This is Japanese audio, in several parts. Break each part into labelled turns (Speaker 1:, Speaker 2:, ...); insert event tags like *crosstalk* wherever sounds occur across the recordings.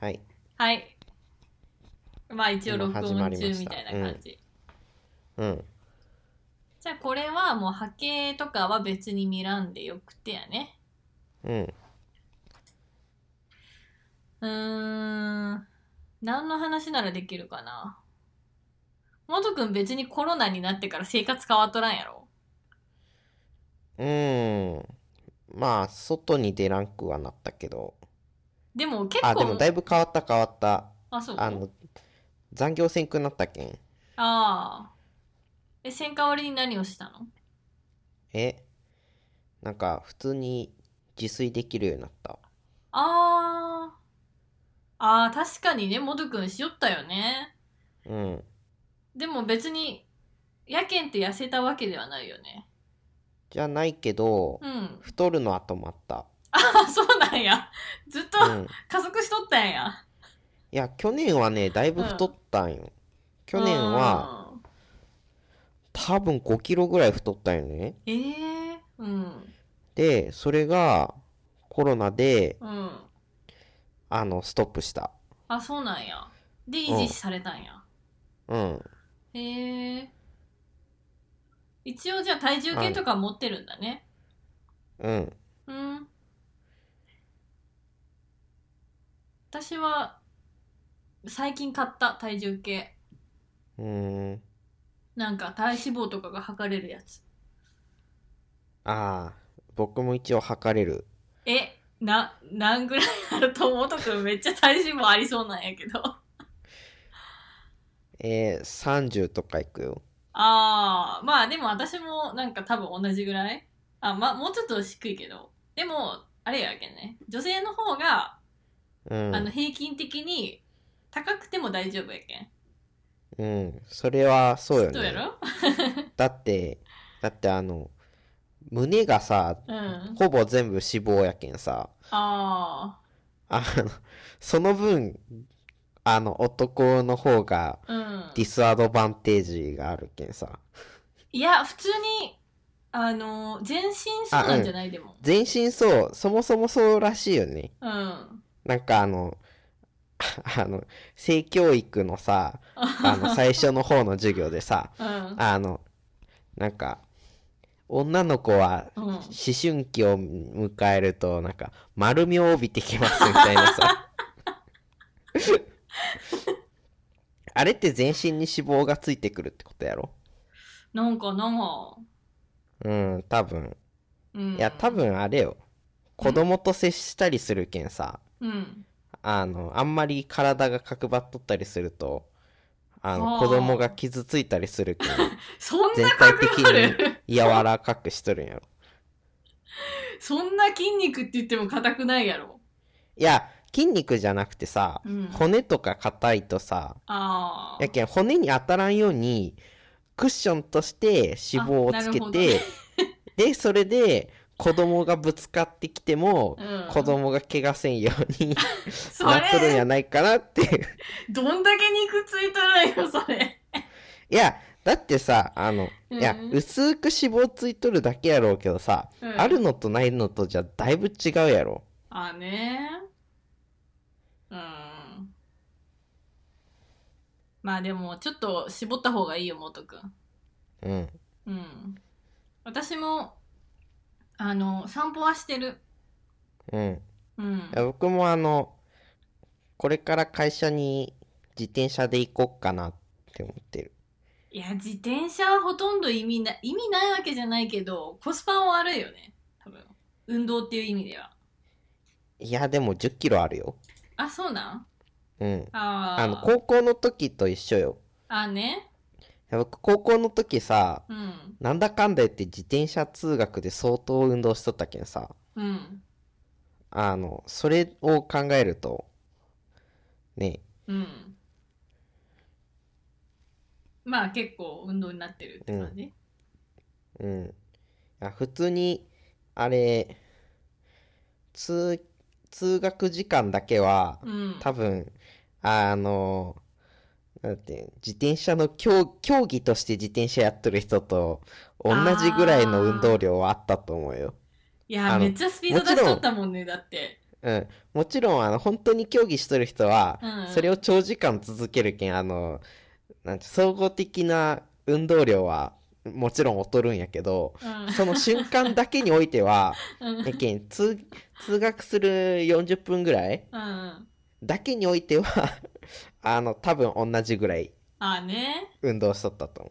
Speaker 1: はい。
Speaker 2: はい。まあ一応
Speaker 1: 今
Speaker 2: 録
Speaker 1: 始ま
Speaker 2: 音
Speaker 1: りま
Speaker 2: 中
Speaker 1: した
Speaker 2: みたいな感じ。
Speaker 1: うん。
Speaker 2: じゃあこれはもう波形とかは別に見らんでよくてやね。
Speaker 1: うん。
Speaker 2: うーん。何の話ならできるかな。もとくん別にコロナになってから生活変わっとらんやろ。
Speaker 1: うん。まあ、外に出らんくはなったけど。
Speaker 2: でも結構、
Speaker 1: あ、でもだいぶ変わった変わった。
Speaker 2: あそう
Speaker 1: あの、残業せんくなったけん。
Speaker 2: ああ。え、戦火割りに何をしたの
Speaker 1: えなんか、普通に自炊できるようになった。
Speaker 2: ああ。ああ、確かにね、もとくんしよったよね。
Speaker 1: うん。
Speaker 2: でも別に、やけんって痩せたわけではないよね。
Speaker 1: じゃないけど、
Speaker 2: うん。
Speaker 1: 太るのは止まった。
Speaker 2: あ、 *laughs* そうなんや。ずっと
Speaker 1: うん。
Speaker 2: 加速しとったんや。
Speaker 1: いや、去年はね、だいぶ太ったんよ。去年は、
Speaker 2: うん。
Speaker 1: 多分5キロぐらい太ったんよね。
Speaker 2: ええうん。
Speaker 1: で、それが、コロナで、
Speaker 2: うん。
Speaker 1: あの、ストップした。
Speaker 2: あ、そうなんや。で、維持されたんや。
Speaker 1: うん。
Speaker 2: へえ。一応じゃあ体重計とか持ってるんだね。
Speaker 1: うん。
Speaker 2: うん。私は、最近買った体重計。
Speaker 1: うーん。
Speaker 2: なんか体脂肪とかが測れるやつ。
Speaker 1: ああ、僕も一応測れる。
Speaker 2: え、な、何ぐらいあるともとくんめっちゃ体脂肪ありそうなんやけど。 *laughs*
Speaker 1: えー、30とかいくよ。
Speaker 2: ああ、まあでも私もなんか多分同じぐらい。あ、まあもうちょっと低いけど。でも、あれやけんね。女性の方が、
Speaker 1: う
Speaker 2: あの
Speaker 1: ん。
Speaker 2: 平均的に高くても大丈夫やけん。
Speaker 1: うん。それはそうよ
Speaker 2: どうや
Speaker 1: ね。
Speaker 2: ろ
Speaker 1: だって、だってあの、胸がさ、
Speaker 2: うん。
Speaker 1: ほぼ全部脂肪やけんさ、
Speaker 2: あ
Speaker 1: あの、その分、あの、男の方が
Speaker 2: あ、うん。
Speaker 1: ディスアドバンテージがあるけんさ。
Speaker 2: いや、普通に、あの、全身そうなんじゃない、でも。
Speaker 1: 全身そう、そもそもそうらしいよね。
Speaker 2: うん。
Speaker 1: なんかあの、 *laughs* あの、性教育のさ、あの、最初の方の授業でさ、
Speaker 2: うん。
Speaker 1: あの、なんか、女の子は
Speaker 2: うん
Speaker 1: 思春期を迎えると、なんか、丸みを帯びてきますみたいなさ。あれって全身に脂肪がついてくるってことやろ
Speaker 2: なんかな
Speaker 1: うん、多分。
Speaker 2: うん。
Speaker 1: いや、多。分あれよ。子供と接したりするけんさ、
Speaker 2: うん。
Speaker 1: あの、あんまり体が角張っとったりすると、あ
Speaker 2: あ
Speaker 1: の、
Speaker 2: ー
Speaker 1: 子供が傷ついたりする
Speaker 2: *laughs*
Speaker 1: けん、
Speaker 2: そん
Speaker 1: 全
Speaker 2: な
Speaker 1: 体
Speaker 2: 角
Speaker 1: 的
Speaker 2: 張る
Speaker 1: に柔らかくしとるんやろ。
Speaker 2: そんな筋肉って言っても硬くないやろ。
Speaker 1: いや、筋肉じゃなくてさ、
Speaker 2: うん。
Speaker 1: 骨とか硬いとさ、
Speaker 2: ああ。
Speaker 1: やけん骨に当たらんように、クッションとして脂肪をつけ
Speaker 2: あなるほど
Speaker 1: て、 *laughs* で、それで子供がぶつかってきても、
Speaker 2: うん
Speaker 1: 子供が怪我せんように
Speaker 2: そ
Speaker 1: なっとるん
Speaker 2: れ、
Speaker 1: やないかなっていう。
Speaker 2: どんだけ肉ついとるんよ、それ。
Speaker 1: いや、だってさ、あの、いや
Speaker 2: うん、
Speaker 1: 薄く脂肪ついとるだけやろうけどさ、
Speaker 2: うん
Speaker 1: あるのとないのとじゃだいぶ違うやろ。
Speaker 2: あーねうん。まあでも、ちょっと絞った方がいいよ、もとくん。
Speaker 1: うん。
Speaker 2: うん。私も、あの、散歩はしてる。
Speaker 1: うん。
Speaker 2: うん
Speaker 1: い。や僕もあの、これから会社に自転車で行こっかなって思ってる。
Speaker 2: いや、自転車はほとんど意味ない、意味ないわけじゃないけど、コスパは悪いよね。多分。運動っていう意味では。
Speaker 1: いや、でも10キロあるよ。
Speaker 2: あ、そうなん
Speaker 1: うん。
Speaker 2: あー
Speaker 1: あの、高校の時と一緒よ。
Speaker 2: あ、ね。
Speaker 1: いや僕、高校の時さ、
Speaker 2: うん。
Speaker 1: なんだかんだ言って自転車通学で相当運動しとったけんさ、
Speaker 2: うん。
Speaker 1: あの、それを考えると、ね、
Speaker 2: うん。まあ結構運動になってるって感じ。
Speaker 1: うん。いや、普通に、あれ、通、通学時間だけは、
Speaker 2: うん。
Speaker 1: 多分、あの、なんていう自転車の競、競技として自転車やってる人と同じぐらいの運動量はあったと思うよ。
Speaker 2: いや、
Speaker 1: あの
Speaker 2: めっちゃスピード出しとったもんね、だって。
Speaker 1: ううん、もちろんあの本当に競技しとる人は、
Speaker 2: うん
Speaker 1: それを長時間続けるけんあのなんて総合的な運動量はもちろん劣るんやけど
Speaker 2: うん
Speaker 1: その瞬間だけにおいては
Speaker 2: うん
Speaker 1: やけん通通学する40分ぐらい
Speaker 2: うんあ
Speaker 1: だけにおいては *laughs* あの多分同じぐらい
Speaker 2: あね
Speaker 1: 運動しとったと思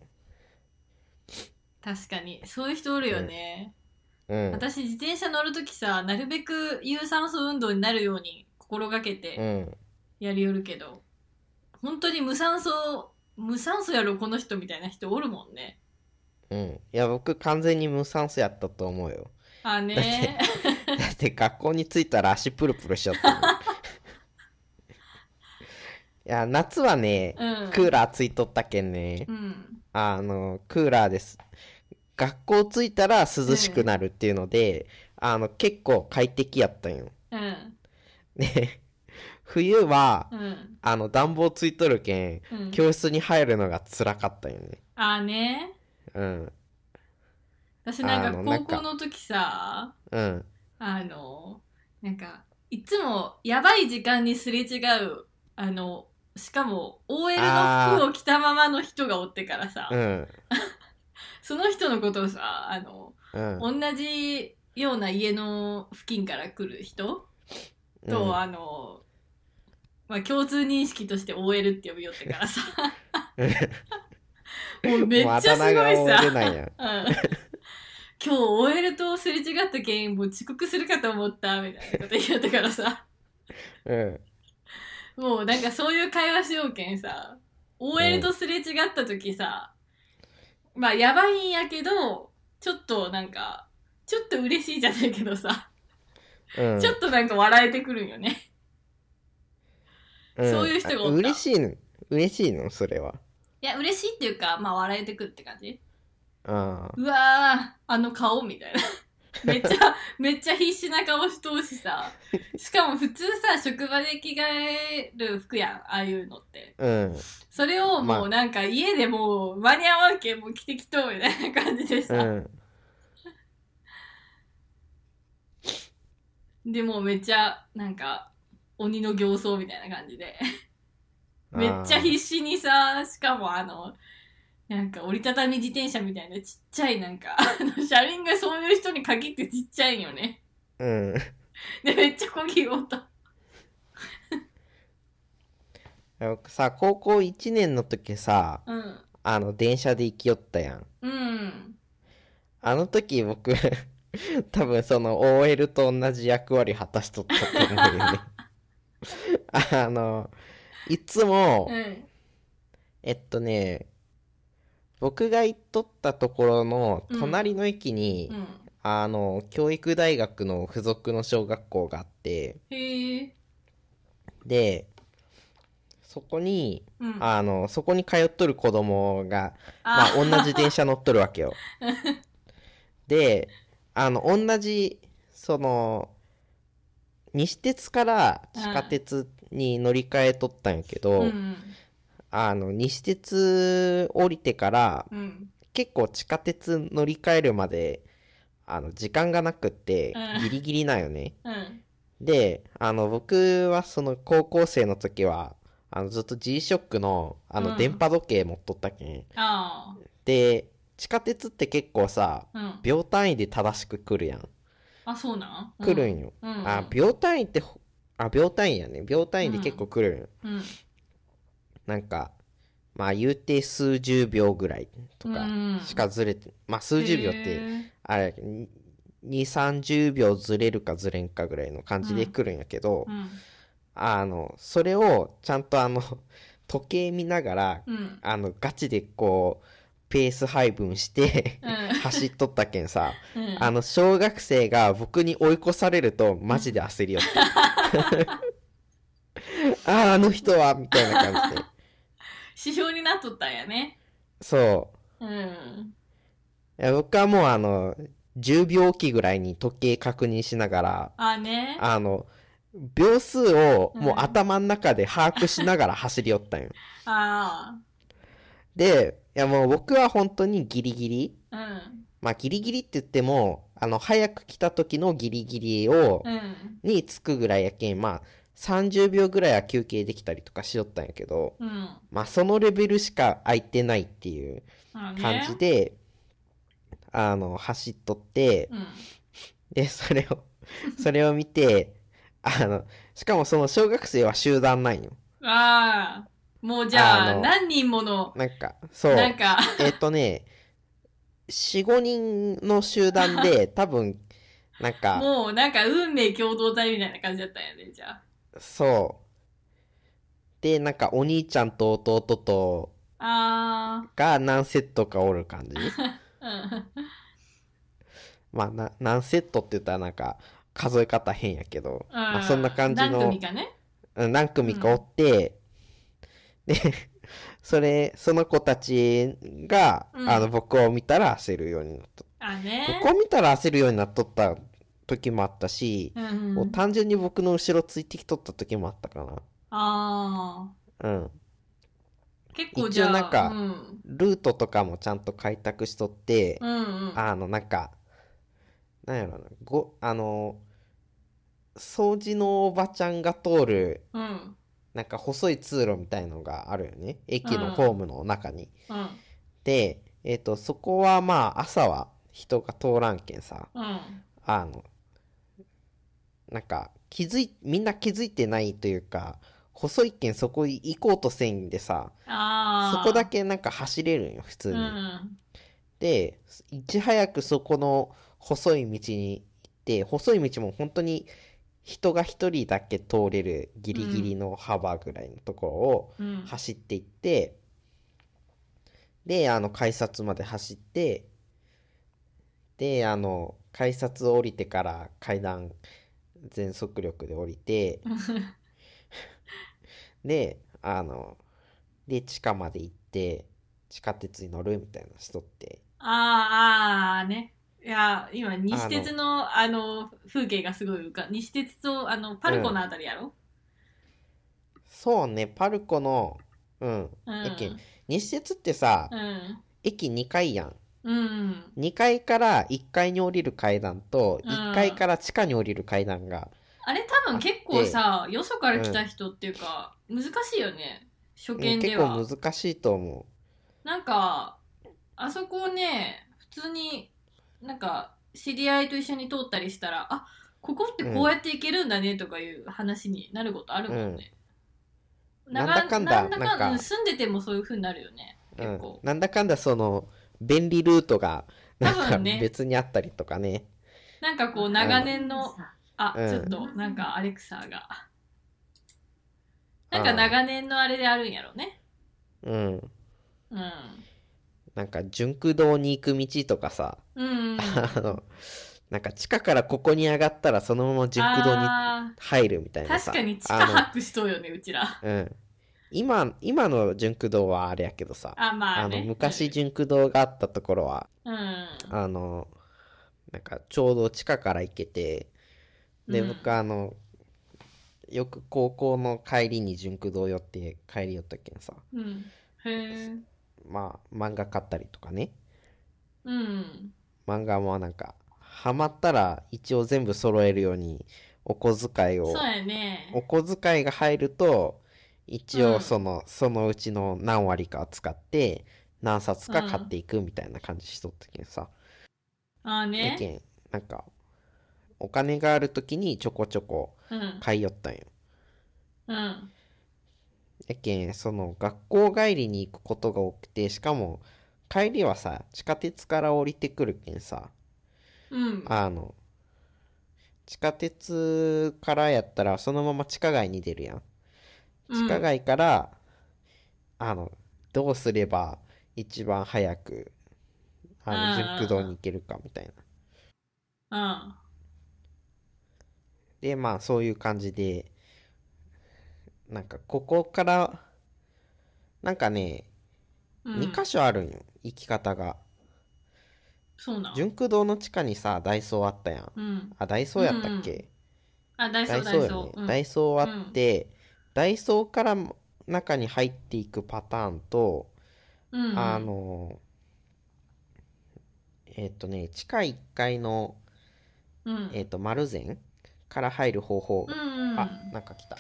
Speaker 2: 確かにそういう人おるよね、
Speaker 1: う。うん、
Speaker 2: 私自転車乗る時さなるべく有酸素運動になるように心がけ
Speaker 1: う
Speaker 2: て
Speaker 1: ん、
Speaker 2: やりよるけど、本当に無酸素無酸素やろこの人みたいな人おるもんね
Speaker 1: うん。いや僕完全に無酸素やったと思う
Speaker 2: *laughs*
Speaker 1: よ。
Speaker 2: ああね
Speaker 1: だって学校に着いたら足プルプルしちゃ
Speaker 2: *laughs*
Speaker 1: ったもん。いや夏はね、
Speaker 2: うん
Speaker 1: クーラーついとったけんね、
Speaker 2: うん
Speaker 1: あのクーラーです学校着いたら涼しくなるっていうので、あの結構快適やったんよ
Speaker 2: うん
Speaker 1: ね冬は、
Speaker 2: うん
Speaker 1: あの暖房ついとるけん
Speaker 2: うん
Speaker 1: 教室に入るのが辛かったよね
Speaker 2: ああね
Speaker 1: うん
Speaker 2: 私な
Speaker 1: あの
Speaker 2: ん
Speaker 1: な
Speaker 2: か
Speaker 1: ん
Speaker 2: 高
Speaker 1: か
Speaker 2: 校の時さ
Speaker 1: うん
Speaker 2: あのなんかいつもやばい時間にすれ違うあのしかも OL の服を着たままの人がおってからさ
Speaker 1: うん
Speaker 2: その人のことをさあの
Speaker 1: うん
Speaker 2: 同じような家の付近から来る人
Speaker 1: うん
Speaker 2: と、あの、まあ、共通認識として OL って呼ぶよっ
Speaker 1: *laughs*
Speaker 2: てからさもうめっちゃすごい
Speaker 1: もうあだ名が覚え
Speaker 2: さ
Speaker 1: れないや
Speaker 2: うん今日 OL とすれ違った原因もう遅刻するかと思ったみたいなこと言ったからさ
Speaker 1: うん
Speaker 2: もうなんかそういう会話しようけんさ OL とすれ違った時さ、まあやばいんやけどちょっとなんかちょっと嬉しいじゃないけどさ、
Speaker 1: うん
Speaker 2: ちょっとなんか笑えてくるんよね
Speaker 1: うん
Speaker 2: そういう人がおった
Speaker 1: 嬉しいの嬉しいのそれはい
Speaker 2: や嬉し *laughs* いっていうかまあ笑えてくるって感じ
Speaker 1: あ
Speaker 2: うわーあの顔み *laughs* たいなめっちゃめっちゃ必死な顔しとうしさしかも普通さ職場で着替える服やんああいうのって
Speaker 1: あうん
Speaker 2: それを
Speaker 1: まあ
Speaker 2: もうなんか家でもう間に合わんけんもう着てきとうみたいな感じで
Speaker 1: う
Speaker 2: さ、
Speaker 1: ん
Speaker 2: でもうめっちゃなんか鬼の形相みたいな感じでめっちゃ必死にさしかもあのなんか折りたたみ自転車みたいなちっちゃいなんかあの車輪がそういう人に限ってちっちゃいんよね
Speaker 1: あーうん
Speaker 2: でめっちゃこぎおった
Speaker 1: 僕さ高校1年の時さ
Speaker 2: うん
Speaker 1: あの電車で行きよったやん
Speaker 2: うん
Speaker 1: あの時僕 *laughs* 多分その OL と同じ役割果たしとったと思うよ
Speaker 2: *laughs*
Speaker 1: ねあのいつも、
Speaker 2: うん
Speaker 1: えっとね僕が行っとったところの隣の駅に、
Speaker 2: うん
Speaker 1: あの教育大学の付属の小学校があって
Speaker 2: へえ
Speaker 1: でそこに
Speaker 2: うん
Speaker 1: あのそこに通っとる子供がまあ
Speaker 2: あ、
Speaker 1: 同じ電車乗っとるわ
Speaker 2: *laughs*
Speaker 1: けよ。であの同じその西鉄から地下鉄に乗り換えとったんやけど、
Speaker 2: うん
Speaker 1: あの西鉄降りてから
Speaker 2: うん
Speaker 1: 結構地下鉄乗り換えるまであの時間がなくって
Speaker 2: うん
Speaker 1: ギリギリなんよね。
Speaker 2: うん
Speaker 1: であの僕はその高校生の時はあのずっと G-SHOCK のあ
Speaker 2: う
Speaker 1: の
Speaker 2: ん
Speaker 1: 電波時計持っとったけん
Speaker 2: あ
Speaker 1: で地下鉄って結構さ
Speaker 2: あうん
Speaker 1: 秒単位で正しく来るやん
Speaker 2: あそうなん
Speaker 1: 来る
Speaker 2: よ
Speaker 1: んよ、
Speaker 2: うん
Speaker 1: あ秒単位ってほあ秒単位やね秒単位で結構来るんよ、
Speaker 2: うん
Speaker 1: なんかまあ言うて数十秒ぐらいとか
Speaker 2: うん
Speaker 1: しかずれて、まあ数十秒って
Speaker 2: へえ
Speaker 1: あれ2 3 0秒ずれるかずれんかぐらいの感じで来るんやけど、
Speaker 2: うん
Speaker 1: あのそれをちゃんとあの *laughs* 時計見ながら
Speaker 2: うん
Speaker 1: あのガチでこうペース配分して
Speaker 2: うん
Speaker 1: 走っとったけんさ
Speaker 2: うん
Speaker 1: あの小学生が僕に追い越されるとマジで焦りよった。 *laughs* あああの人はみたいな感じで。
Speaker 2: 指標になっとったんやね
Speaker 1: そ
Speaker 2: うん
Speaker 1: う。いや僕はもうあの10秒おきぐらいに時計確認しながら
Speaker 2: あね
Speaker 1: あの秒数をもう頭の中で把握しながら走りよったんよ。
Speaker 2: あ
Speaker 1: でいやもう僕は本当にギリギリ
Speaker 2: あうん
Speaker 1: まあギリギリって言ってもあの、早く来た時のギリギリを、
Speaker 2: うん。
Speaker 1: に着くぐらいやけん、まあ、30秒ぐらいは休憩できたりとかしよったんやけど、
Speaker 2: うん。
Speaker 1: まあ、そのレベルしか空いてないっていう
Speaker 2: まあね
Speaker 1: 感じで、あの、走っとって、
Speaker 2: うん。
Speaker 1: で、それを、それを見て、あの、しかもその小学生は集団なんよ。
Speaker 2: ああ。もうじゃ
Speaker 1: あ
Speaker 2: あ、
Speaker 1: の
Speaker 2: 何人もの、
Speaker 1: なんか、そう。
Speaker 2: なんか、
Speaker 1: えっとね、4、5人の集団
Speaker 2: *laughs*
Speaker 1: で、多分、なんか、
Speaker 2: もうなんか運命共同体みたいな感じだったんやね、じゃあ。
Speaker 1: そう。で、なんか、お兄ちゃんと弟と、
Speaker 2: あ
Speaker 1: が何セットかおる感
Speaker 2: *laughs*
Speaker 1: じ。
Speaker 2: あ。
Speaker 1: まあ、な何セットって言ったらなんか、数え方変やけど、
Speaker 2: うん。
Speaker 1: まあ、そんな感じの、
Speaker 2: 何組かね。
Speaker 1: うん何組かおって、で、 *laughs* それ、その子たちが、
Speaker 2: うん
Speaker 1: あの、僕を見たら焦るようになっとっ
Speaker 2: あ
Speaker 1: た。
Speaker 2: ね。
Speaker 1: 僕を見たら焦るようになっとった時もあったし、
Speaker 2: うん
Speaker 1: も
Speaker 2: う。
Speaker 1: うん単純に僕の後ろついてきとった時もあったか
Speaker 2: あ
Speaker 1: な。うん。
Speaker 2: あ。結構じゃ
Speaker 1: 一
Speaker 2: あ、
Speaker 1: 応なんか
Speaker 2: うん、
Speaker 1: ルートとかもちゃんと開拓しとって、
Speaker 2: うん *laughs* うん。
Speaker 1: あの、なんか、なんやろな、ご、あの、掃除のおばちゃんが通る、
Speaker 2: うん。
Speaker 1: なんか細い通路みたいのがあるよね。駅のホームの中に。
Speaker 2: うん。
Speaker 1: で、えっ、と、そこはまあ、朝は人が通らんけんさ、
Speaker 2: うん。
Speaker 1: あの、なんか、気づい、みんな気づいてないというか、細いけんそこ行こうとせんでさ、
Speaker 2: あ
Speaker 1: そ
Speaker 2: あ。
Speaker 1: こだけなんか走れるんよ、普通
Speaker 2: う
Speaker 1: に。
Speaker 2: ん。
Speaker 1: で、いち早くそこの細い道に行って、細い道も本当に人が一人だけ通れるギリギリの幅ぐらいのところを
Speaker 2: うん。
Speaker 1: 走っていって、で、あの、改札まで走って、で、あの、改札を降りてから階段全速力で降りて、で、あの、で、地下まで行って、地下鉄に乗るみたいなのしとって、
Speaker 2: あーあーね。いや、今、西鉄の、あの、風景がすごい浮か西鉄と、あの、パルコのあたりやろ
Speaker 1: そうね、パルコの、うん、
Speaker 2: うん。
Speaker 1: やけん西鉄ってさ、
Speaker 2: うん。
Speaker 1: 駅2階やん。
Speaker 2: うん。
Speaker 1: 2階から1階に降りる階段と、
Speaker 2: うん
Speaker 1: 1階から地下に降りる階段が、
Speaker 2: あれ多分結構さ、よそから来た人っていうか、難しいよね。初
Speaker 1: ね
Speaker 2: 見で
Speaker 1: 結
Speaker 2: は。
Speaker 1: 構難しいと思
Speaker 2: なんか、あそこをね、普通に、なんか、知り合いと一緒に通ったりしたら、あここってこうやって行けるんだねとかいう話になることあるもんね。
Speaker 1: うんなんだかんだ
Speaker 2: なんだかん
Speaker 1: な
Speaker 2: だ
Speaker 1: んか
Speaker 2: 住んでてもそういう風になるよね。
Speaker 1: う。う
Speaker 2: 結
Speaker 1: ん
Speaker 2: 構。。
Speaker 1: なんだかんだその、便利ルートが、なん
Speaker 2: 多
Speaker 1: か
Speaker 2: 分ね
Speaker 1: 別にあったりとかね。
Speaker 2: なんかこう、長年の、あ、
Speaker 1: うん
Speaker 2: ちょっと、なんかアレクサが。なんか長年のあれであるんやろね。
Speaker 1: うん。
Speaker 2: うん。
Speaker 1: なんか、純空堂に行く道とかさ、 *laughs*
Speaker 2: うん、うん。
Speaker 1: あの、なんか地下からここに上がったらそのまま純空堂に
Speaker 2: あ
Speaker 1: 入るみた
Speaker 2: ー
Speaker 1: いな
Speaker 2: 確
Speaker 1: さ。
Speaker 2: かに地
Speaker 1: あ
Speaker 2: 下
Speaker 1: の
Speaker 2: ハックしとうよね、うちら。
Speaker 1: うん。今、今の純駆動はあれやけどさ、
Speaker 2: あ、まあ、
Speaker 1: あ
Speaker 2: ね。
Speaker 1: の、昔純駆動があったところは、
Speaker 2: うん。
Speaker 1: あの、なんかちょうど地下から行けて、で、
Speaker 2: うん
Speaker 1: 僕あの、よく高校の帰りに純駆動寄って帰り寄ったけんさ、
Speaker 2: うん。へえ。
Speaker 1: まあ、漫画買ったりとかね、
Speaker 2: うん。
Speaker 1: 漫画もなんか、ハマったら一応全部揃えるように、お小遣いを、
Speaker 2: そうやね。
Speaker 1: お小遣いが入ると一
Speaker 2: う
Speaker 1: 応
Speaker 2: ん
Speaker 1: その、そのうちの何割かを使って何冊か買っていくみたいな感じしとったけんさ、
Speaker 2: ああ
Speaker 1: や
Speaker 2: ね。
Speaker 1: けんなんかお金がある時にちょこちょこ
Speaker 2: うん。
Speaker 1: 買いよったんよ
Speaker 2: うん。
Speaker 1: やけんその学校帰りに行くことが多くてしかも帰りはさ地下鉄から降りてくるけんさ
Speaker 2: うん。
Speaker 1: あの地下鉄からやったらそのまま地下街に出るやん地下街から、あのどうすれば一番早くあの
Speaker 2: うんうんうん
Speaker 1: 純駆堂に行けるかみたいな
Speaker 2: うん。うん。
Speaker 1: でまあそういう感じでなんかここからなんかね、
Speaker 2: うん
Speaker 1: 2箇所あるんよ行き方が
Speaker 2: そうなん。
Speaker 1: 純駆堂の地下にさダイソーあったやん
Speaker 2: うん。
Speaker 1: あダイソーやったっけ、
Speaker 2: うんあ、ダイソ
Speaker 1: ダ
Speaker 2: ー、
Speaker 1: イソ
Speaker 2: ダ
Speaker 1: ー
Speaker 2: イ
Speaker 1: よ
Speaker 2: ソ
Speaker 1: ね、
Speaker 2: ー。
Speaker 1: ダイソーあって、ダイソーから中に入っていくパターンと、
Speaker 2: うん。うん
Speaker 1: あ、の、えっ、とね、地下1階の、
Speaker 2: うん。
Speaker 1: えっ、と、丸善から入る方法
Speaker 2: うんうん。
Speaker 1: あ、なんか来た。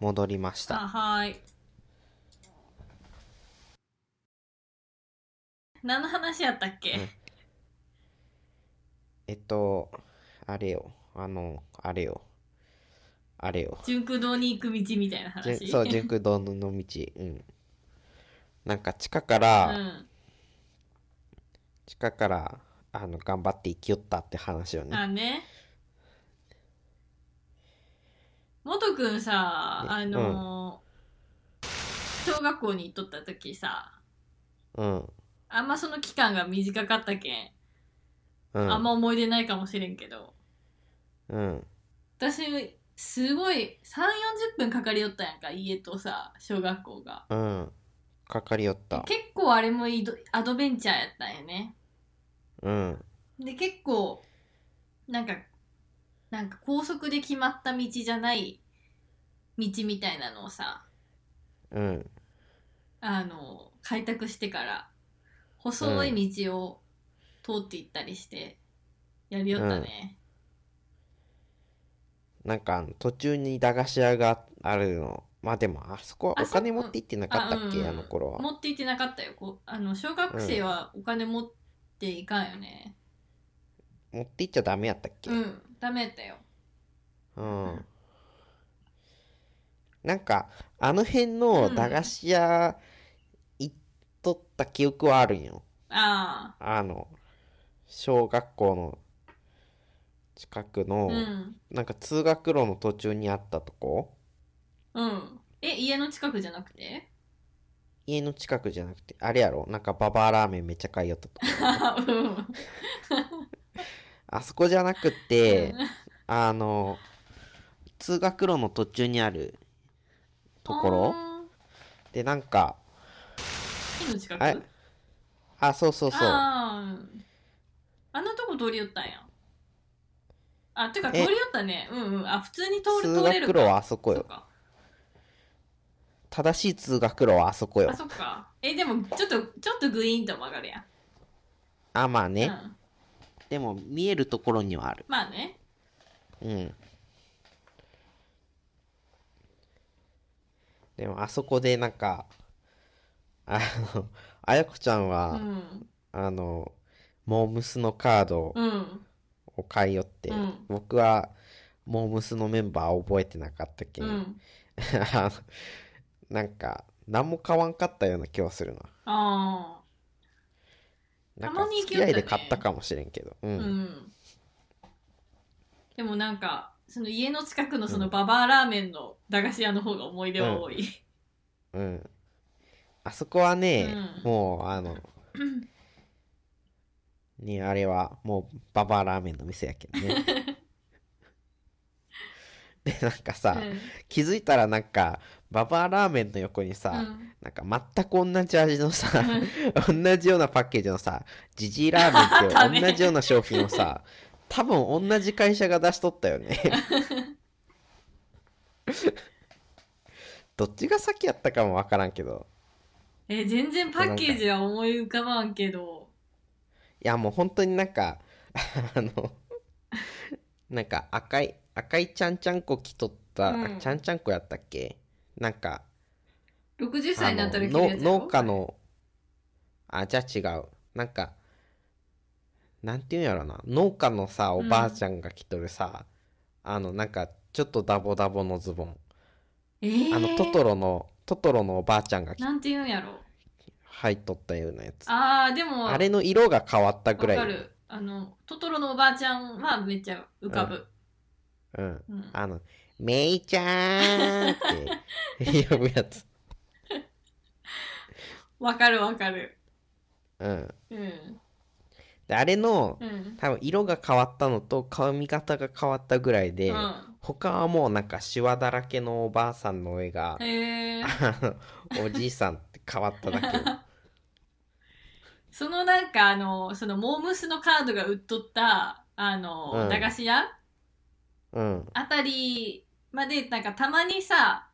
Speaker 1: 戻りました。
Speaker 2: あはーい。何の話やったっけ、
Speaker 1: うんえっと、あれよ、あの、あれよ、あれよ。
Speaker 2: 純空堂に行く道みたいな
Speaker 1: じゅ
Speaker 2: 話。
Speaker 1: そう、純空堂の道。うん。なんか地下か
Speaker 2: う
Speaker 1: ら、
Speaker 2: ん。
Speaker 1: 地下から、あの、頑張って生きよったって話よね。
Speaker 2: あね。もとくんさ、あのー小学校に行っとった時さ、
Speaker 1: うん。
Speaker 2: あんまその期間が短かったけん、
Speaker 1: うん。
Speaker 2: あんま思い出ないかもしれんけど、
Speaker 1: うん。
Speaker 2: 私、すごい、3、40分かかりよったやんか、家とさ、小学校が。
Speaker 1: うん。かかりよった。
Speaker 2: 結構あれもいいどアドベンチャーやったんよね。
Speaker 1: うん。
Speaker 2: で、結構、なんか、なんか高速で決まった道じゃない道みたいなのをさ、
Speaker 1: うん。
Speaker 2: あの開拓してから細い道を通っていったりしてやりよったね、
Speaker 1: なんかあの、途中に駄菓子屋があるの。まあでも、あそこは
Speaker 2: あ
Speaker 1: お金
Speaker 2: そ
Speaker 1: 持って行ってなかったっ
Speaker 2: あうん
Speaker 1: け
Speaker 2: うん
Speaker 1: あの頃は。
Speaker 2: 持って行ってなかったよこうあの小学生はお金持っていかんよね
Speaker 1: 持って行っちゃダメやったっけ
Speaker 2: うん、ダメだったよ
Speaker 1: うんなんかあの辺の駄菓子屋行っとった記憶はあるんよ。
Speaker 2: あ
Speaker 1: あの小学校の近く
Speaker 2: あ
Speaker 1: の、
Speaker 2: うん
Speaker 1: なんか通学路の途中にあったとこ
Speaker 2: うんえ家の近くじゃなくて
Speaker 1: 家の近くじゃなくてあれやろなんかババアラーメンめっちゃ買いよったと
Speaker 2: *laughs*
Speaker 1: こ
Speaker 2: うん
Speaker 1: あそこじゃなくて、あの通学路の途中にあるところ
Speaker 2: あ
Speaker 1: でなんか
Speaker 2: ー家の近く
Speaker 1: あれあそうそうそう
Speaker 2: あーあのとこ通り寄ったんやあてか通り
Speaker 1: え
Speaker 2: 寄ったねうんうんあ普通に通る
Speaker 1: 通
Speaker 2: 通れる
Speaker 1: 学路はあそこ
Speaker 2: そっ
Speaker 1: よ
Speaker 2: か
Speaker 1: 正しい通学路はあそこよ
Speaker 2: あそっかえでもちょっとちょっとグイーンと曲がるやん、
Speaker 1: あまあ
Speaker 2: う
Speaker 1: ね、
Speaker 2: ん、
Speaker 1: でも見えるところにはある
Speaker 2: まあね
Speaker 1: うんでもあそこでなんかあのあやこちゃん
Speaker 2: う
Speaker 1: は、
Speaker 2: ん
Speaker 1: あのモームスのカード
Speaker 2: うん
Speaker 1: を買いよって、
Speaker 2: うん
Speaker 1: 僕はモームスのメンバーを覚えてなかったけ、
Speaker 2: うんん
Speaker 1: *laughs* あのなんか何も買わんかったような気はするな
Speaker 2: あ
Speaker 1: なん
Speaker 2: た
Speaker 1: か
Speaker 2: まに
Speaker 1: 好
Speaker 2: 行き
Speaker 1: き
Speaker 2: よ
Speaker 1: 合
Speaker 2: ったね
Speaker 1: いで買ったかもしれんけどう
Speaker 2: あうんんでもなんかその家の近くのそのババアラーメンの駄菓子屋の方が思い出は多い、
Speaker 1: うん。あそこはね、
Speaker 2: うん
Speaker 1: もう、あの、ね、あれは、もう、ババアラーメンの店やけど
Speaker 2: *laughs*
Speaker 1: ね。で、なんかさ、
Speaker 2: うん
Speaker 1: 気づいたらなんか、ババアラーメンの横にさ、
Speaker 2: うん
Speaker 1: なんか全く同じ味のさ、同じようなパッケージのさ、ジジイラ
Speaker 2: あった
Speaker 1: ーメンって
Speaker 2: ね
Speaker 1: 同じような商品をさ、多分同じ会社が出しとったよね。どっちが先やったかもわからんけど。
Speaker 2: え全然パッケージは思い浮かばんけど
Speaker 1: いやもう本当になんかあのなんか赤い赤いちゃんちゃんこ着とった、
Speaker 2: うん
Speaker 1: あちゃんちゃんこやったっけなんか
Speaker 2: 60
Speaker 1: あ
Speaker 2: 歳にな
Speaker 1: の
Speaker 2: ったら着るや
Speaker 1: の
Speaker 2: つやろ
Speaker 1: 農家のあじゃあ違うなんかなんていうんやろな農家のさおばあちゃんが着とるさ、あのなんかちょっとダボダボのズボン、
Speaker 2: えー、
Speaker 1: あのトトロのトトロのおばあちゃんが着
Speaker 2: なんて言うんやろ
Speaker 1: 入っとったようなやつあ
Speaker 2: あーでも
Speaker 1: れの色が変わったぐらい
Speaker 2: わかるあのトトロのおばあちゃんはめっちゃ浮かぶ、
Speaker 1: うん
Speaker 2: うん
Speaker 1: あの、めいちゃーんって呼ぶやつ。
Speaker 2: わかるわかる
Speaker 1: うん。
Speaker 2: うん
Speaker 1: で、あれの、
Speaker 2: うん
Speaker 1: 多分色が変わったのと髪型が変わったぐらいで、
Speaker 2: うん
Speaker 1: 他はもうなんかシワだらけのおばあさんの絵が、
Speaker 2: へ
Speaker 1: *laughs*
Speaker 2: え
Speaker 1: あのおじいさんって変わっただけ。
Speaker 2: そのなんかあのそのモームスのカードが売っとったあの、
Speaker 1: うん
Speaker 2: 駄菓子屋 *laughs*
Speaker 1: うん。
Speaker 2: あたりまでなんかたまにさ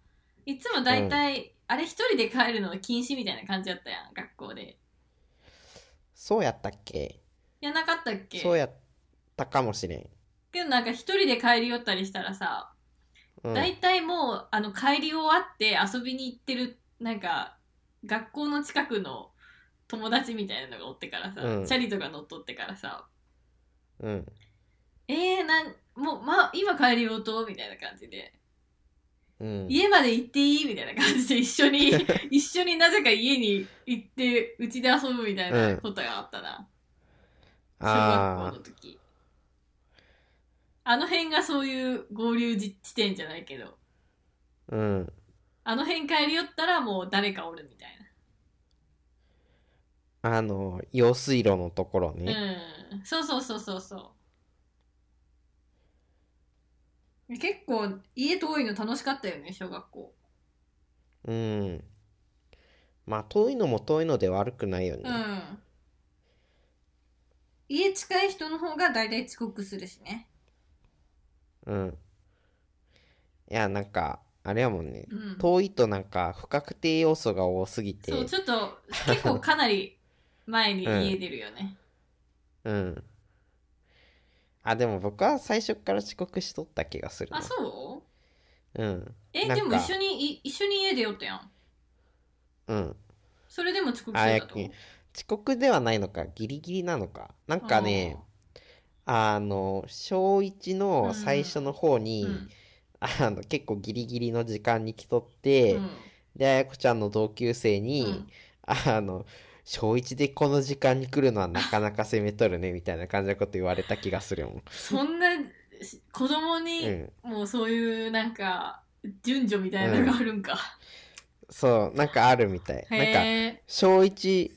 Speaker 2: いつも大体、あれ一人で帰るのは禁止みたいな感じだったやん学校で
Speaker 1: そうやったっけ
Speaker 2: やなかったっけ
Speaker 1: そうやったかもしれん。
Speaker 2: けどなんか一人で帰り寄ったりしたらさ、
Speaker 1: うん、
Speaker 2: 大体もうあの帰り終わって遊びに行ってるなんか学校の近くの友達みたいなのがおってからさ、
Speaker 1: うん
Speaker 2: チャリとか乗っとってからさ
Speaker 1: うん。
Speaker 2: えー、なんもう、ま、今帰りようとみたいな感じで
Speaker 1: うん。
Speaker 2: 家まで行っていいみたいな感じで一
Speaker 1: *laughs*
Speaker 2: 緒に一緒になぜか家に行ってうちで遊ぶみたいなことがあったな、小
Speaker 1: あ
Speaker 2: 学校の時あの辺がそういう合流地地点じゃないけど
Speaker 1: あ、うん。
Speaker 2: あの辺帰り寄ったらもう誰かおるみたい
Speaker 1: あの、用水路のところ
Speaker 2: な
Speaker 1: ね。
Speaker 2: うんそうそうそうそうそう結構家遠いの楽しかったよね小学校
Speaker 1: うん。まあ、遠いのも遠いので悪くないよね。
Speaker 2: うん家近い人の方が大体遅刻するしね
Speaker 1: うん。いや、なんか、あれやもんね。
Speaker 2: うん
Speaker 1: 遠いとなんか、不確定要素が多すぎて。
Speaker 2: そうちょっと結構かなり前に家出るよね、
Speaker 1: うん。あ、でも僕は最初から遅刻しとった気がするな。
Speaker 2: あそう
Speaker 1: うん。
Speaker 2: え
Speaker 1: なん
Speaker 2: で
Speaker 1: か
Speaker 2: も一緒にい一緒に家出よったやん
Speaker 1: うん。
Speaker 2: それでも遅刻
Speaker 1: あ、
Speaker 2: して
Speaker 1: や
Speaker 2: たと
Speaker 1: け遅刻ではないのか、ギリギリなのか。なんかね、あの、小1の最初の方
Speaker 2: あ
Speaker 1: に、
Speaker 2: ー
Speaker 1: あの、結構ギリギリの時間に来とっ
Speaker 2: うん
Speaker 1: て、
Speaker 2: うん
Speaker 1: で、あやこちゃんの同級生に、
Speaker 2: うん
Speaker 1: あの、小1でこの時間に来るのはなかなか攻めとるね、みたいな感じのこと言われた気がするもん。
Speaker 2: そんなし子供
Speaker 1: う
Speaker 2: に
Speaker 1: ん。
Speaker 2: もうそういうなんか順序みたいなのがあるんか、
Speaker 1: そう、なんかあるみたい。なんか、
Speaker 2: へえ
Speaker 1: 小一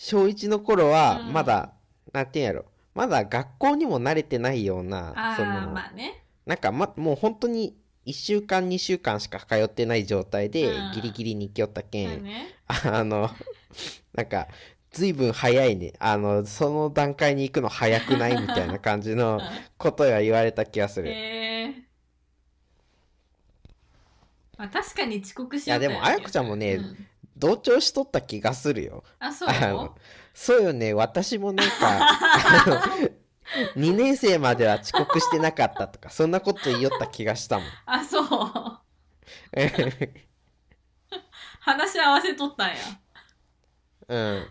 Speaker 1: 小一の頃は
Speaker 2: うん
Speaker 1: まだ、なんていうんやろまだ学校にも慣れてないような
Speaker 2: あ
Speaker 1: その
Speaker 2: あまあね
Speaker 1: なんか、ま、もう本当に1週間2週間しか通ってない状態で
Speaker 2: うん
Speaker 1: ギリギリに行きよったけ
Speaker 2: まあ
Speaker 1: ん、
Speaker 2: ね
Speaker 1: あの *laughs* なんか随分早いねあのその段階に行くの早くないみたいな感じ
Speaker 2: *laughs*
Speaker 1: のことが言われた気がする。
Speaker 2: へえまあ確かに遅刻し
Speaker 1: い
Speaker 2: よ
Speaker 1: や
Speaker 2: った
Speaker 1: で
Speaker 2: よ
Speaker 1: も
Speaker 2: ね
Speaker 1: あやこちゃんもね、
Speaker 2: うん
Speaker 1: 同調しとった気がするよ。
Speaker 2: あそう
Speaker 1: あのそうよね私もなんかあの
Speaker 2: *laughs*
Speaker 1: 2年生までは遅刻してなかったとかそんなこと言いよった気がしたもん *laughs*
Speaker 2: あそう話し合わせとったんや
Speaker 1: うん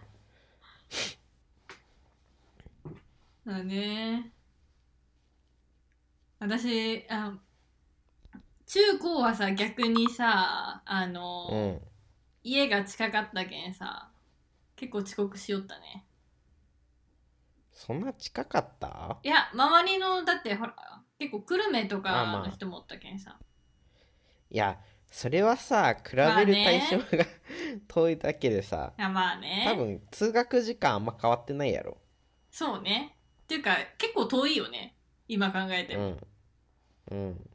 Speaker 2: だね私あ中高はさ逆にさあの、
Speaker 1: うん
Speaker 2: 家が近かったけんさ結構遅刻しよったね
Speaker 1: そんな近かった
Speaker 2: いや周りのだってほら結構久留米と
Speaker 1: あま
Speaker 2: か
Speaker 1: あ
Speaker 2: の人もおったけんさ、
Speaker 1: いやそれはさ比べ
Speaker 2: まあ
Speaker 1: る対
Speaker 2: ね
Speaker 1: 象が *laughs* 遠いだけでさ
Speaker 2: あまあね
Speaker 1: 多分通学時間あんま変わってないやろ
Speaker 2: そうねっていうか結構遠いよね今考えて
Speaker 1: う
Speaker 2: も、
Speaker 1: んうん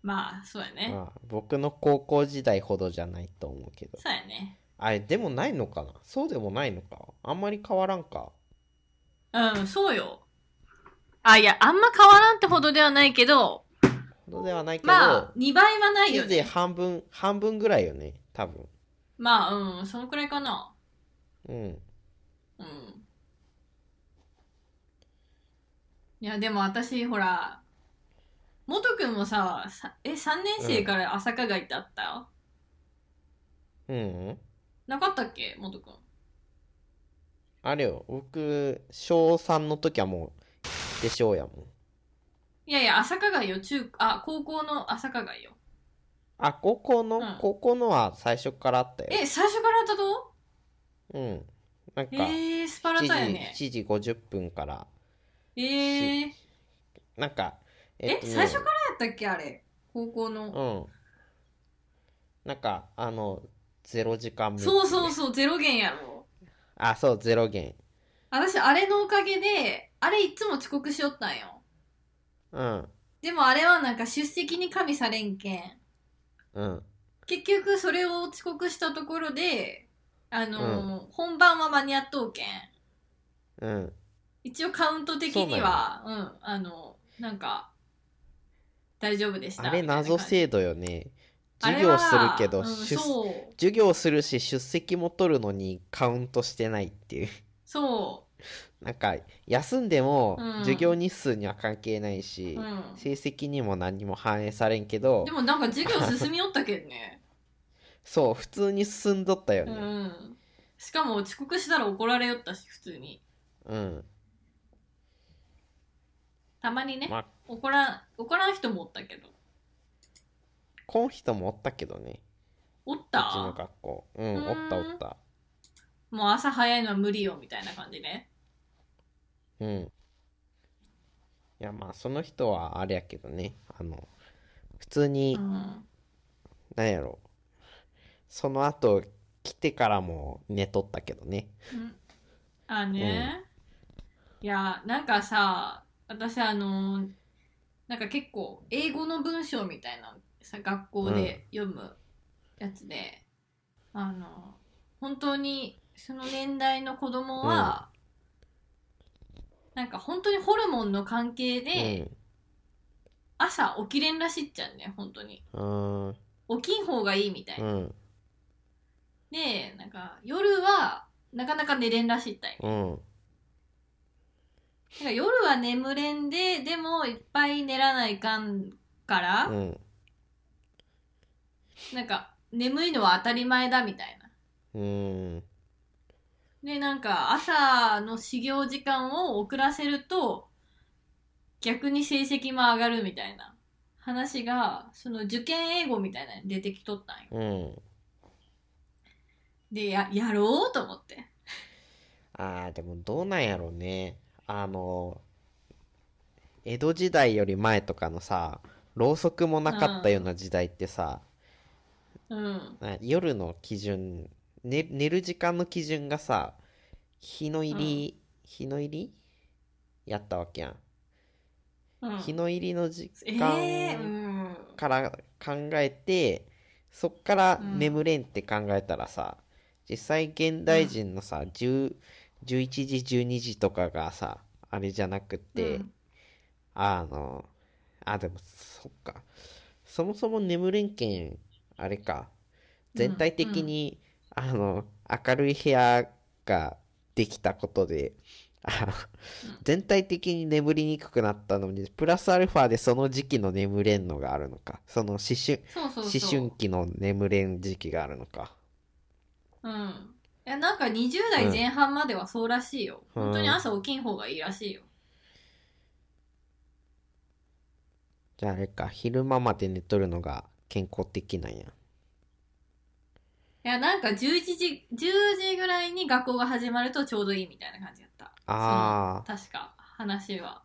Speaker 2: まあそうやね、
Speaker 1: まあ僕の高校時代ほどじゃないと思うけど
Speaker 2: そうやね
Speaker 1: あれでもないのかなそうでもないのかあんまり変わらんか
Speaker 2: うんそうよあいやあんま変わらんってほどではないけど
Speaker 1: ほどではないけど、
Speaker 2: まあ2倍はない
Speaker 1: せ
Speaker 2: よ
Speaker 1: いぜい
Speaker 2: ね
Speaker 1: 半分半分ぐらいよね多分
Speaker 2: まあうんそのくらいかな
Speaker 1: うん
Speaker 2: うんいやでも私ほら元くんもささえ3年生から朝霞が行ってあった、
Speaker 1: うんうん
Speaker 2: なかったっけ元くん
Speaker 1: あれよ僕小3の時はもうでしょうやもん
Speaker 2: いやいや朝霞がよ中あ高校の朝霞がよ
Speaker 1: あ高校の、
Speaker 2: うん
Speaker 1: 高校のは最初からあったよ
Speaker 2: え最初からあったと
Speaker 1: うんなんか
Speaker 2: えー、スパラタやね。
Speaker 1: 7時7時50分から
Speaker 2: えー、え、
Speaker 1: なんかっとね
Speaker 2: 最初からやったっけあれ。高校の。
Speaker 1: うんなんかあの0時間目
Speaker 2: そうそうそう、ゼロ元やろ。
Speaker 1: あそう0元
Speaker 2: 私、あれのおかげで、あれいつも遅刻しよったんよ。
Speaker 1: うん
Speaker 2: でもあれはなんか出席に加味されんけん。
Speaker 1: うん
Speaker 2: 結局それを遅刻したところで、あのー本番は間に合っとうけん。
Speaker 1: うん
Speaker 2: 一応カウント的には、うんあの、なんか、大丈夫でした。
Speaker 1: あれ謎
Speaker 2: い。
Speaker 1: 制度よね
Speaker 2: あ
Speaker 1: 授
Speaker 2: れ
Speaker 1: 業
Speaker 2: は
Speaker 1: するけど、
Speaker 2: うん
Speaker 1: 出
Speaker 2: そう。
Speaker 1: 授業するし出席も取るのにカウントしてないっていう *laughs*
Speaker 2: そう。
Speaker 1: なんか休んでも
Speaker 2: うん
Speaker 1: 授業日数には関係ないし、
Speaker 2: うん
Speaker 1: 成績にも何にも反映されんけど
Speaker 2: でもなんか授業進みよったけ
Speaker 1: *laughs*
Speaker 2: んね。
Speaker 1: そう普通に進んどったよ
Speaker 2: う
Speaker 1: ね
Speaker 2: ん。しかも遅刻したら怒られよったし、普通に。
Speaker 1: うん、
Speaker 2: たまにね、
Speaker 1: まあ
Speaker 2: 怒らん、怒らん人もおったけど。
Speaker 1: こん人もおったけどね
Speaker 2: おっ
Speaker 1: うちの
Speaker 2: た
Speaker 1: 学校うん
Speaker 2: う
Speaker 1: お
Speaker 2: ーん
Speaker 1: ったおった
Speaker 2: もう朝早いのは無理よ、みたいな感じね。
Speaker 1: うんいやまあその人はあれやけどねあの普通に、
Speaker 2: うん。
Speaker 1: なんやろその後来てからも寝とったけどね
Speaker 2: うんあね、いやなんかさ私あのーなんか結構英語の文章みたいなのさ学校で読むやつで、あの本当にその年代の子供は、なんか本当にホルモンの関係で朝起きれんらしいっちゃんね本当に
Speaker 1: うんうーん
Speaker 2: 起きん方がいいみたいうな、
Speaker 1: ん
Speaker 2: でなんか夜はなかなか寝れんらしいったい
Speaker 1: うん
Speaker 2: なんか夜は眠れんで、でもいっぱい寝らないかんから、
Speaker 1: うん
Speaker 2: なんか眠いのは当たり前だみたいな。
Speaker 1: うん
Speaker 2: で、なんか朝の始業時間を遅らせると、逆に成績も上がるみたいな話が、その受験英語みたいなのに出てきとったんよ。
Speaker 1: うん
Speaker 2: で、や、やろうと思って。
Speaker 1: あーでもどうなんやろうねあの江戸時代より前とかのさろうそくもなかったような時代ってさ、
Speaker 2: うん。
Speaker 1: な夜の基準、ね、寝る時間の基準がさ日の入り、日の入りやったわけやん、
Speaker 2: うん。
Speaker 1: 日の入りの時
Speaker 2: ええー、う
Speaker 1: 間
Speaker 2: ん。
Speaker 1: から考えて、そっから
Speaker 2: うん
Speaker 1: 眠れんって考えたらさ、実際現代人のさ、10 11時12時とかがさあれじゃなくて、
Speaker 2: うん
Speaker 1: あのあでもそっかそもそも眠れんけんあれか全体的に、あの明るい部屋ができたことであの全体的に眠りにくくなったのにプラスアルファでその時期の眠れんのがあるのかその思春
Speaker 2: そうそう
Speaker 1: 思
Speaker 2: そう。
Speaker 1: 春期の眠れん時期があるのか
Speaker 2: うん。いや、なんか20代前半まではそうらしいよ。
Speaker 1: うん
Speaker 2: 本当に朝起きん方がいいらしいよ。
Speaker 1: じゃああれか昼間まで寝とるのが健康的なんや
Speaker 2: いや、なんか11時、10時ぐらいに学校が始まるとちょうどいいみたいな感じだった。
Speaker 1: ああ
Speaker 2: 確か、話は。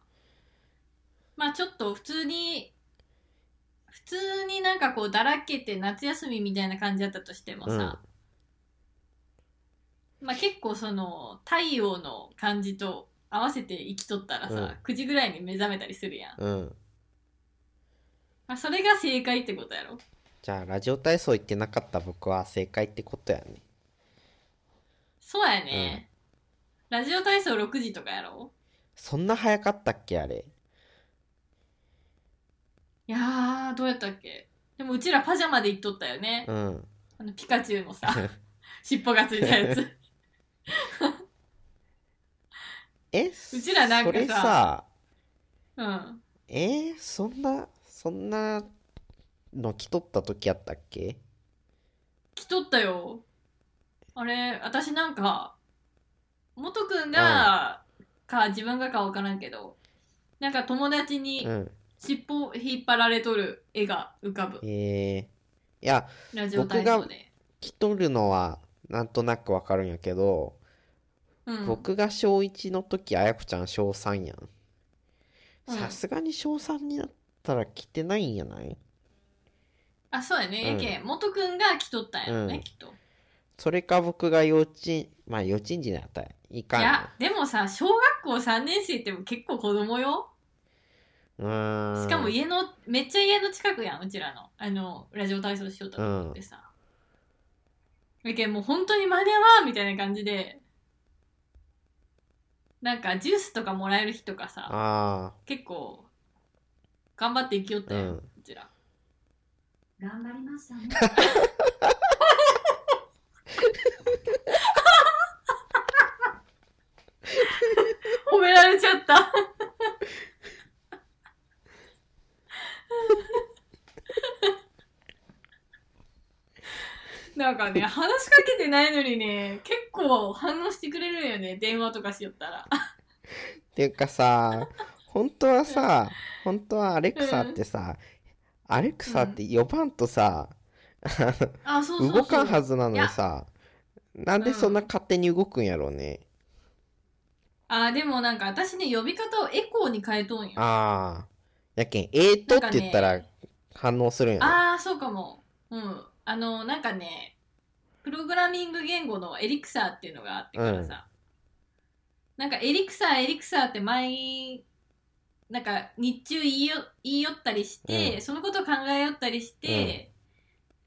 Speaker 2: まあちょっと普通に、普通になんかこうだらけて夏休みみたいな感じだったとしてもさ、まあ結構その太陽の感じと合わせて生きとったらさ、9時ぐらいに目覚めたりするやん。
Speaker 1: うん
Speaker 2: まあ、それが正解ってことやろ。
Speaker 1: じゃあラジオ体操行ってなかった僕は正解ってことやね
Speaker 2: そうやね。ラジオ体操6時とかやろ
Speaker 1: そんな早かったっけあれ
Speaker 2: いやー、どうやったっけでもうちらパジャマで行っとったよね。
Speaker 1: うん
Speaker 2: あのピカチュウのさ、 *laughs* 尻尾がついたやつ。
Speaker 1: *laughs* え
Speaker 2: うちらなん
Speaker 1: そ
Speaker 2: かさ
Speaker 1: れさ
Speaker 2: うん。
Speaker 1: えーそんなそんなの着とった時やったっけ
Speaker 2: 着とったよ。あれ、私なんか、元くんが、か自分がかわからんけど、なんか友達に
Speaker 1: うん
Speaker 2: 尻尾引っ張られとる絵が浮かぶ。
Speaker 1: えー、いや
Speaker 2: ラジオ体操で。
Speaker 1: 着とるのはなんとなくわかるんやけど、
Speaker 2: うん、
Speaker 1: 僕が小1の時あやこちゃん小3やん
Speaker 2: うん
Speaker 1: さすがに小3になったら着てないんやない
Speaker 2: あ、そうやね。
Speaker 1: うん
Speaker 2: やけん、元くんが着とったんやろね、
Speaker 1: うん
Speaker 2: きっと。
Speaker 1: それか僕が幼稚園まあ幼稚園児になったらいか
Speaker 2: い
Speaker 1: ん
Speaker 2: や
Speaker 1: や、
Speaker 2: でもさ、小学校3年生っても結構子供よ。
Speaker 1: うーん
Speaker 2: しかも家の、めっちゃ家の近くやん、うちらの。あの、ラジオ体操しようと思ってさ。だけどもう本当に間に合わんみたいな感じで、なんかジュースとかもらえる日とかさ、
Speaker 1: あ
Speaker 2: 結構、頑張って生きよったよ、
Speaker 1: う
Speaker 2: うんちら。
Speaker 3: 頑張りましたね。
Speaker 1: あ
Speaker 2: ゃ *laughs* った。なんかね、話しかけてないのにね、結構反応してくれるよね、電話とかしよったら。
Speaker 1: っていうか
Speaker 2: *laughs*
Speaker 1: さ、本当はさ、本当はアレクサってさ、アレクサって呼ばんとさ、
Speaker 2: あ、そうそうそう。
Speaker 1: 動かんはずなのにさ、なんでそんな勝手に動くんやろうね。
Speaker 2: あ、でもなんか私ね、呼び方をエコーに変えとんよ。あ
Speaker 1: ああ。やけん、えーとって言った
Speaker 2: なん
Speaker 1: ら
Speaker 2: か
Speaker 1: 反応するんやろ。
Speaker 2: あー、そうかも。うん。あの、なんかね、プログラミング言語のエリクサーっていうのがあってからさ、なんかエリクサー、エリクサーって毎、なんか日中言いよ言いよったりして、
Speaker 1: う
Speaker 2: そのことを考えよったりして、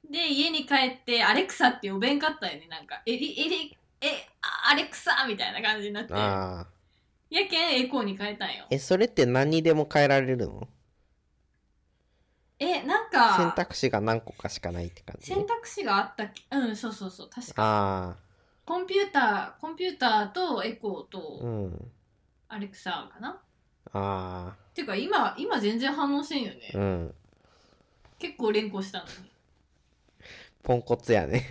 Speaker 2: で、家に帰って、アレクサって呼べんかったよね、なんか。エリ、エリ、え、あアレクサーみたいな感じになって。や
Speaker 1: ああ。
Speaker 2: けん、エコーに変えたんよ。
Speaker 1: え、それって何にでも変えられるの
Speaker 2: え、なん
Speaker 1: 選
Speaker 2: か、
Speaker 1: 択肢が何個かしかないって感じ
Speaker 2: 選択肢があったっけうんそうそうそう確か
Speaker 1: あ
Speaker 2: コンピューターコンピューターとエ
Speaker 1: あ。
Speaker 2: コー
Speaker 1: う
Speaker 2: と
Speaker 1: ん。
Speaker 2: アレクサかな、っ
Speaker 1: あ
Speaker 2: ていうか今今全然反応せんよね、
Speaker 1: あ。うん。
Speaker 2: 結構連呼したのに
Speaker 1: ポンコツやね。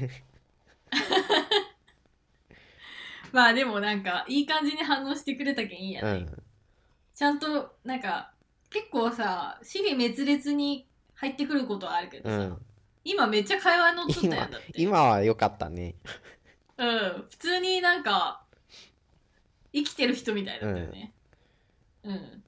Speaker 2: まあでもなんかいい感じに反応してくれたけんいいや
Speaker 1: う
Speaker 2: ね、
Speaker 1: ん。
Speaker 2: ちゃんとなんか結構さ尻滅裂に入ってくることはあるけど
Speaker 1: う
Speaker 2: さ、
Speaker 1: ん。
Speaker 2: 今めっちゃ会話乗っとったや
Speaker 1: 今
Speaker 2: んだっ、て
Speaker 1: 今は良かったね。
Speaker 2: うん普通になんか生きてる人みたいだったよねうん、